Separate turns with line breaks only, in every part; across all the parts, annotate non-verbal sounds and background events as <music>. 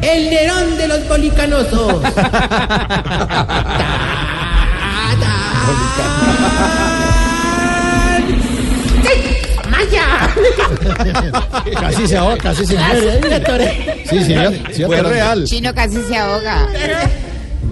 El Nerón de los
<laughs>
Bolicanosos. ¡Maya!
Casi se ahoga, casi se muere. ¿eh? Sí, sí, ya- sí,
Fue
pero-
real.
Chino casi se ahoga.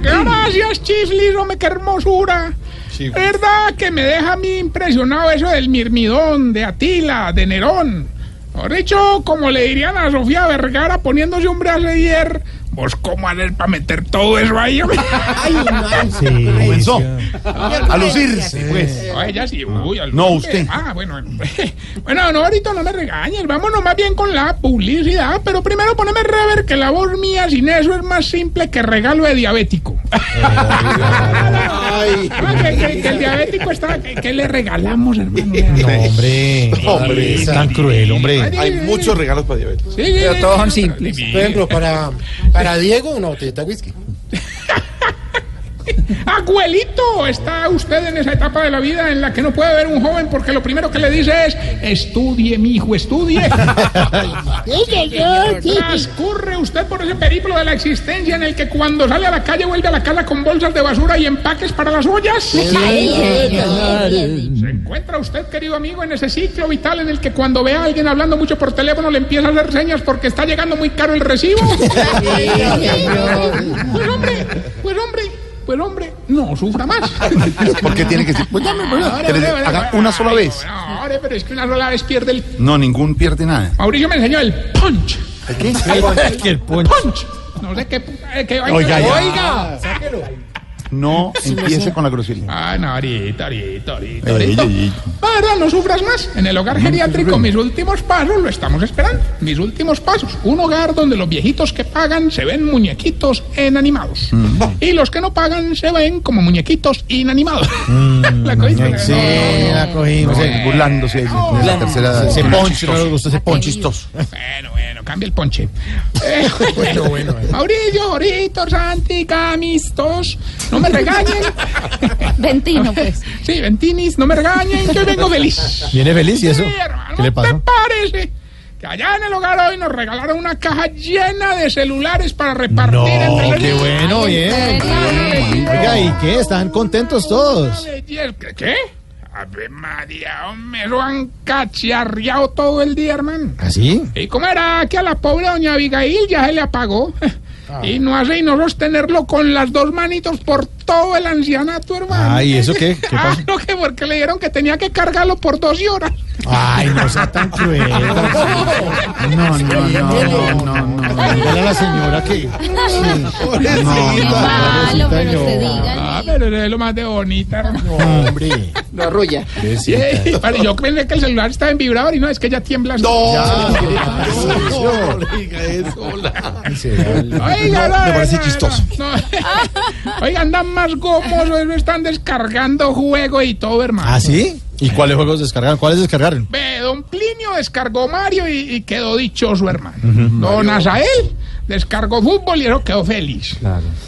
Gracias, Chiflis, hombre, qué hermosura.
Sí.
Verdad que me deja a mí impresionado eso del Mirmidón, de Atila, de Nerón. Por dicho, como le dirían a Sofía Vergara poniéndose un brazo ayer, vos cómo haces para meter todo eso ahí.
<laughs>
hombre?
¡Ay, no! ay,
Sí,
Comenzó
sí.
a lucirse, pues.
No, ella sí, uy, al-
No, usted.
Ah, bueno. <laughs> bueno, no, ahorita no me regañes. Vámonos más bien con la publicidad. Pero primero poneme rever que la voz mía sin eso es más simple que regalo de diabético.
Ay,
Ah, que, que- que el diabético está. que- que le regalamos, hermano?
No, hombre.
Hombre,
es tan cruel, hombre.
hay muchos regalos para diabetes.
Sí, sí, sí,
todos
sí,
son
sí.
simples.
Por ejemplo, para, para Diego, una botellita de whisky.
Abuelito, está usted en esa etapa de la vida en la que no puede ver un joven porque lo primero que le dice es: estudie, mi hijo, estudie. Transcurre usted por ese periplo de la existencia en el que cuando sale a la calle vuelve a la casa con bolsas de basura y empaques para las ollas. Se encuentra usted, querido amigo, en ese ciclo vital en el que cuando ve a alguien hablando mucho por teléfono le empieza a hacer señas porque está llegando muy caro el recibo. pues hombre, pues hombre, pues hombre, no sufra
<laughs>
más.
Porque tiene que ser. Pues dame, pues, que le- haga una sola vez.
No, hombre, pero es que una sola vez pierde el...
No, ningún pierde nada.
Mauricio me enseñó el punch.
¿Qué?
Que el poncho.
Punch. No sé qué... puta- eh, qué vaina-
Oiga, ya.
Oiga, sáquelo.
No empiece con la grosería.
Ah, no, ahorita, ahorita, ahorita. Mm,
Ey, ey, ey.
Para, no sufras más. En el hogar geriátrico, mis últimos pasos lo estamos esperando. Mis últimos pasos. Un hogar donde los viejitos que pagan se ven muñequitos inanimados.
Mm.
Y los que no pagan se ven como muñequitos inanimados. <laughs>
Mm.
La cogiste?
Sí, la
No
cogimos.
sé, burlándose ahí con esa tercera edad.
Ese poncho, no
Chistoso.
le gusta ese poncho. Chistoso.
Bueno, bueno, cambia el ponche. <laughs> Eh, Mauricio, Orito, Santi, Camistos, no me regañen.
Ventino, pues.
Sí, Ventinis, no me regañen, que hoy vengo feliz.
¿Viene feliz y eso?
Sí, hermano,
¿Qué le pasó?
¿Te parece? Que allá en el hogar hoy nos regalaron una caja llena de celulares para repartir
No,
entre
qué
los-
bueno, bien. Oiga, ¿y qué? ¿Están contentos todos?
¿Qué? Ave María, me lo han cacharreado todo el día, hermano.
¿Así?
¿Y cómo era que a la pobre doña Abigail ya se le apagó?
Ah.
<laughs> Y no hace y no sostenerlo con las dos manitos por todo el ancianato, hermano.
Ay, ¿y eso qué? ¿Qué
ah,
pasó?
<laughs> no, que porque le dijeron que tenía que cargarlo por 12 horas.
Ay, no sea tan cruel.
No, no, no, no, no, no.
Dígale a la señora que...
Qué malo, pero se
Ah,
digan.
pero es lo más de bonita, hermano.
Hombre.
Lo arrulla.
Sí, pero yo pensé que el celular estaba en vibrador y no, es que ya tiembla.
No, no diga eso.
Ah, Oiga,
me parece chistoso.
no. <laughs> Oiga, andan más gomosos, no están descargando juego y todo, hermano.
¿Ah, sí? ¿Y cuáles juegos descargaron? ¿Cuáles descargaron?
Ve, don Plinio descargó Mario y, y quedó dichoso, hermano. Don Azael descargó fútbol y eso quedó feliz.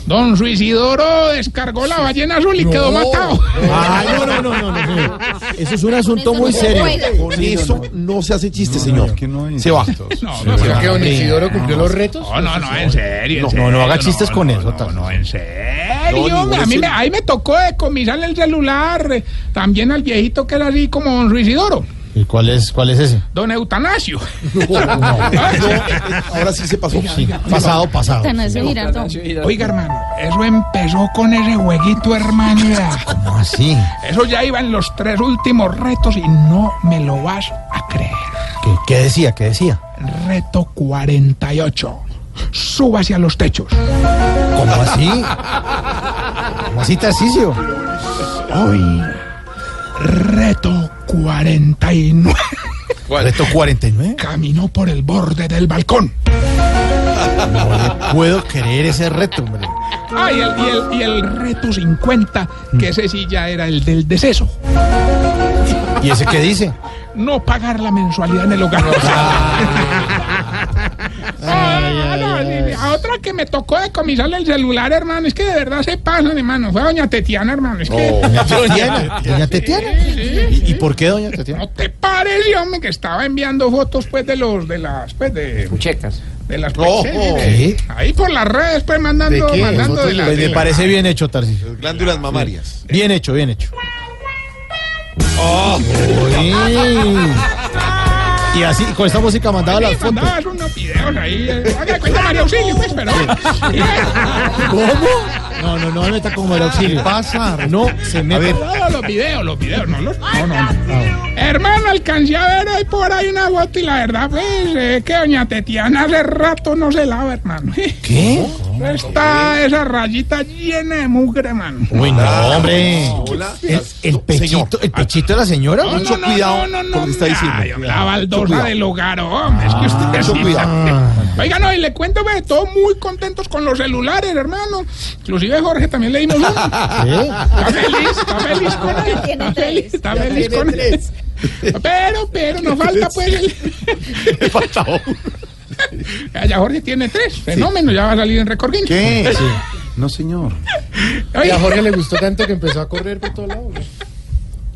Don Suicidoro descargó la ballena azul y quedó matado.
Ay, no, no, no, no, no, señor. Eso es un asunto muy serio.
Con eso no se hace chiste, Este señor. Se va.
<laughs> No, no,
Ah,
pero-
que don Isidoro
cumplió los retos?
No, no, no, en serio. en
No,
serio,
no haga chistes con eso,
No,
Tarcisio.
no, en
No,
serio.
ningún
hombre, a mí
serio.
me, ahí me tocó decomisarle el celular eh, también al viejito que era así como don Suicidoro.
¿Y cuál es, cuál es <laughs> ese?
Don Eutanasio.
Ahora sí se pasó.
Pasado, pasado.
Tanasio Girardot.
Oiga, hermano, eso empezó con ese jueguito, hermano. vea.
¿Cómo así?
Eso ya iba en los tres últimos retos y no me lo vas a creer.
¿Qué, qué decía? ¿Qué decía?
Reto 48. Súbase a los techos.
¿Cómo así? ¿Cómo así, Tarcicio?
Hoy, reto 49.
Reto 49.
<laughs> Caminó por el borde del balcón.
Puedo creer ese reto, hombre.
Ah, y el, y el- y el reto 50, que ese sí ya era el del deceso.
¿Y ese qué dice?
No pagar la mensualidad en el hogar. <laughs> Ah, no, sí, a otra que me tocó decomisarle el celular, hermano. Es que de verdad se pasan, hermano. Fue a doña Tetiana, hermano. Es que.
Oh. Doña Tetiana. Doña Tetiana. ¿Y, y por qué Doña Tetiana?
¿No te pareció, hombre, que estaba enviando fotos, pues, de los, de las, pues, de...
Checas.
De las...
Ojo.
sí, sí. Ahí por las redes, pues, mandando, mandando Oh. de las...
Pues
de
me
las-
parece bien hecho, Tarcicio.
Glándulas mamarias.
Bien hecho, bien hecho. Uy. Oh, Y así, con esta música mandaba las
Sí,
fotos.
mandabas unos videos ahí. eh. Haga de <laughs> cuenta, María Auxilio, pues, pero...
¿Cómo? No, no, no me meta como el auxilio. pasa? No se meta.
No, los videos, los videos, no los... No, no, no. Hermano, alcancé a ver hoy por ahí una foto y la verdad, pues, es que doña Tetiana hace rato no se lava, hermano.
¿Qué?
Está esa rayita llena de mugre, hermano.
Uy, no, hombre.
Hola.
El, el pechito, el pechito de la señora.
No, no, no,
cuidado
no, no,
con lo que está
no,
diciendo.
ay, La
Mucho
baldosa
cuidado. Ah,
del hogar, hombre. Es que usted
mucho
Ah,
sí
cuidado.
sabe. Oiga, no, y le cuento, ve, todos muy contentos con los celulares, hermano. Inclusive Jorge también le dimos uno. Está
¿Qué?
feliz, está feliz con él.
Ya tiene
Está
tres.
feliz,
Ah.
está feliz
<laughs>
con él.
Tres.
Pero,
<laughs>
pero, nos falta pues el...
Me falta uno.
Ya Jorge tiene tres. Fenómeno, ya va a salir en récord Guinness.
¿Qué?
No, señor.
Oiga,
Jorge le gustó tanto que empezó a correr por todos lados.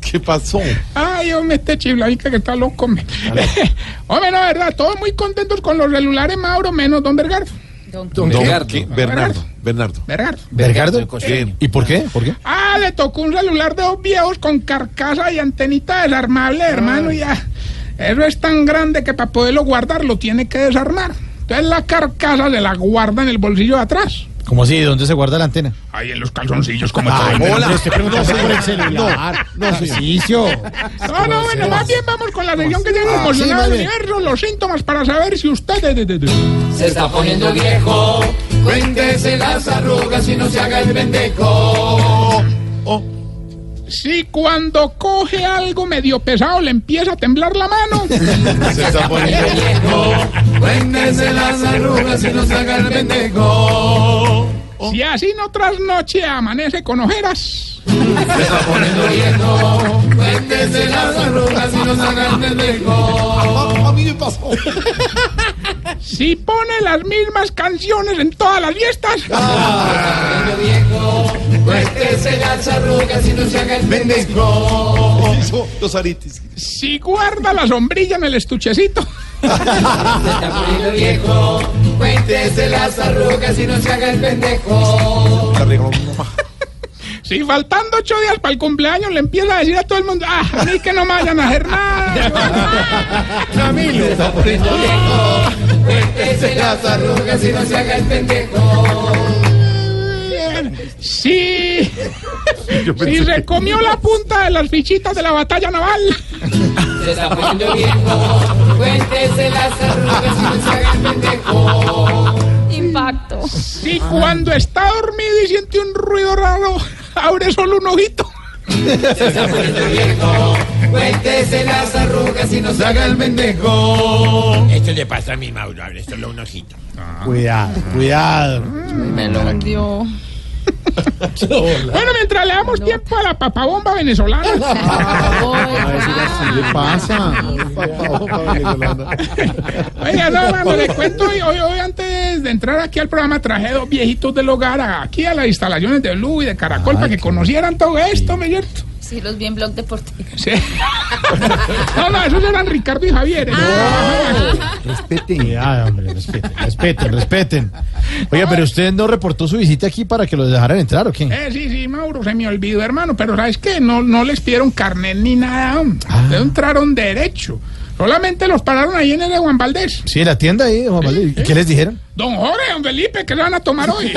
¿Qué pasó?
Ay, hombre, este chiflaica que está loco, hombre. <laughs> hombre, no, verdad, todos muy contentos con los celulares, Mauro, menos Don Bergardo.
Don- ¿qué?
Bernardo.
Bernardo. Bernardo.
Bergardo.
¿Bergardo?
Pues
Bien.
¿Y por qué? ¿Por qué?
Ah, le tocó un celular de dos viejos con carcasa y antenita desarmable, hermano, ya. Eso es tan grande que para poderlo guardar lo tiene que desarmar. Entonces la carcasa se la guarda en el bolsillo de atrás.
¿Cómo así? ¿Dónde se guarda la antena?
Ahí en los calzoncillos como todo el mundo.
Hola.
No, por el celular. No, Tarcicio.
Ah, No, no, bueno, más bien vamos con la sección que tiene
Ah,
emocionado
sí,
el
vale.
universo, los síntomas para saber si usted... de- de- de- de-
Se está poniendo viejo.
Cuéntese las arrugas y no se haga el pendejo.
Oh. Si cuando coge algo medio pesado le empieza a temblar la
<laughs>
mano.
Se pues está
<laughs>
poniendo
Cuéntese las arrugas y no se haga el pendejo.
Si así no trasnoche amanece con ojeras.
Cuéntese las arrugas y no se haga el pendejo.
A mí me pasó.
Si pone las mismas canciones en todas las fiestas.
Ah.
Cuéntese las arrugas y no se haga el pendejo.
<laughs> Hizo los aritis.
Si guarda la sombrilla en el estuchecito.
Cuéntese las arrugas y no se haga el pendejo.
La regaló mi mamá.
Si faltando ocho días para el cumpleaños le empieza a decir a todo el mundo, ah, a mí que no me vayan a hacer nada.
<laughs> Cuéntese las arrugas y no se haga el pendejo.
Si, si se comió la punta de las fichitas de la batalla naval.
Se está poniendo viejo. Cuéntese las arrugas y no se haga el pendejo.
Impacto.
Si cuando está dormido y siente un ruido raro, abre solo un ojito.
Cuéntese las arrugas y no se haga el pendejo.
Esto le pasa a mi Mauro, abre solo un ojito.
Cuidado, cuidado.
Me lo hundió.
Bueno, mientras le damos tiempo a la papabomba venezolana.
¿Qué pasa?
Oiga, no, hermano, le cuento hoy, hoy, hoy antes de entrar aquí al programa traje dos viejitos del hogar a- aquí a las instalaciones de Blue y de Caracol para que conocieran todo esto, ¿me cierto?
Sí, los vi en Blog Deportivo.
Sí. <laughs> No, no, esos eran Ricardo y Javier. esos
Ah.
eran-
Respeten.
Ya, hombre, respeten, respeten, respeten. Oiga, pero usted no reportó su visita aquí para que los dejaran entrar, ¿o qué?
Eh, sí, sí, Mauro, se me olvidó, hermano. Pero ¿sabes qué? No, no les pidieron carnet ni nada. hombre. Entraron derecho. Solamente los pararon ahí en el de Juan Valdés.
Sí, en la tienda ahí, Juan Valdez. ¿Y ¿Qué les dijeron? Ah.
Don Jorge, don Felipe, ¿qué le van a tomar hoy?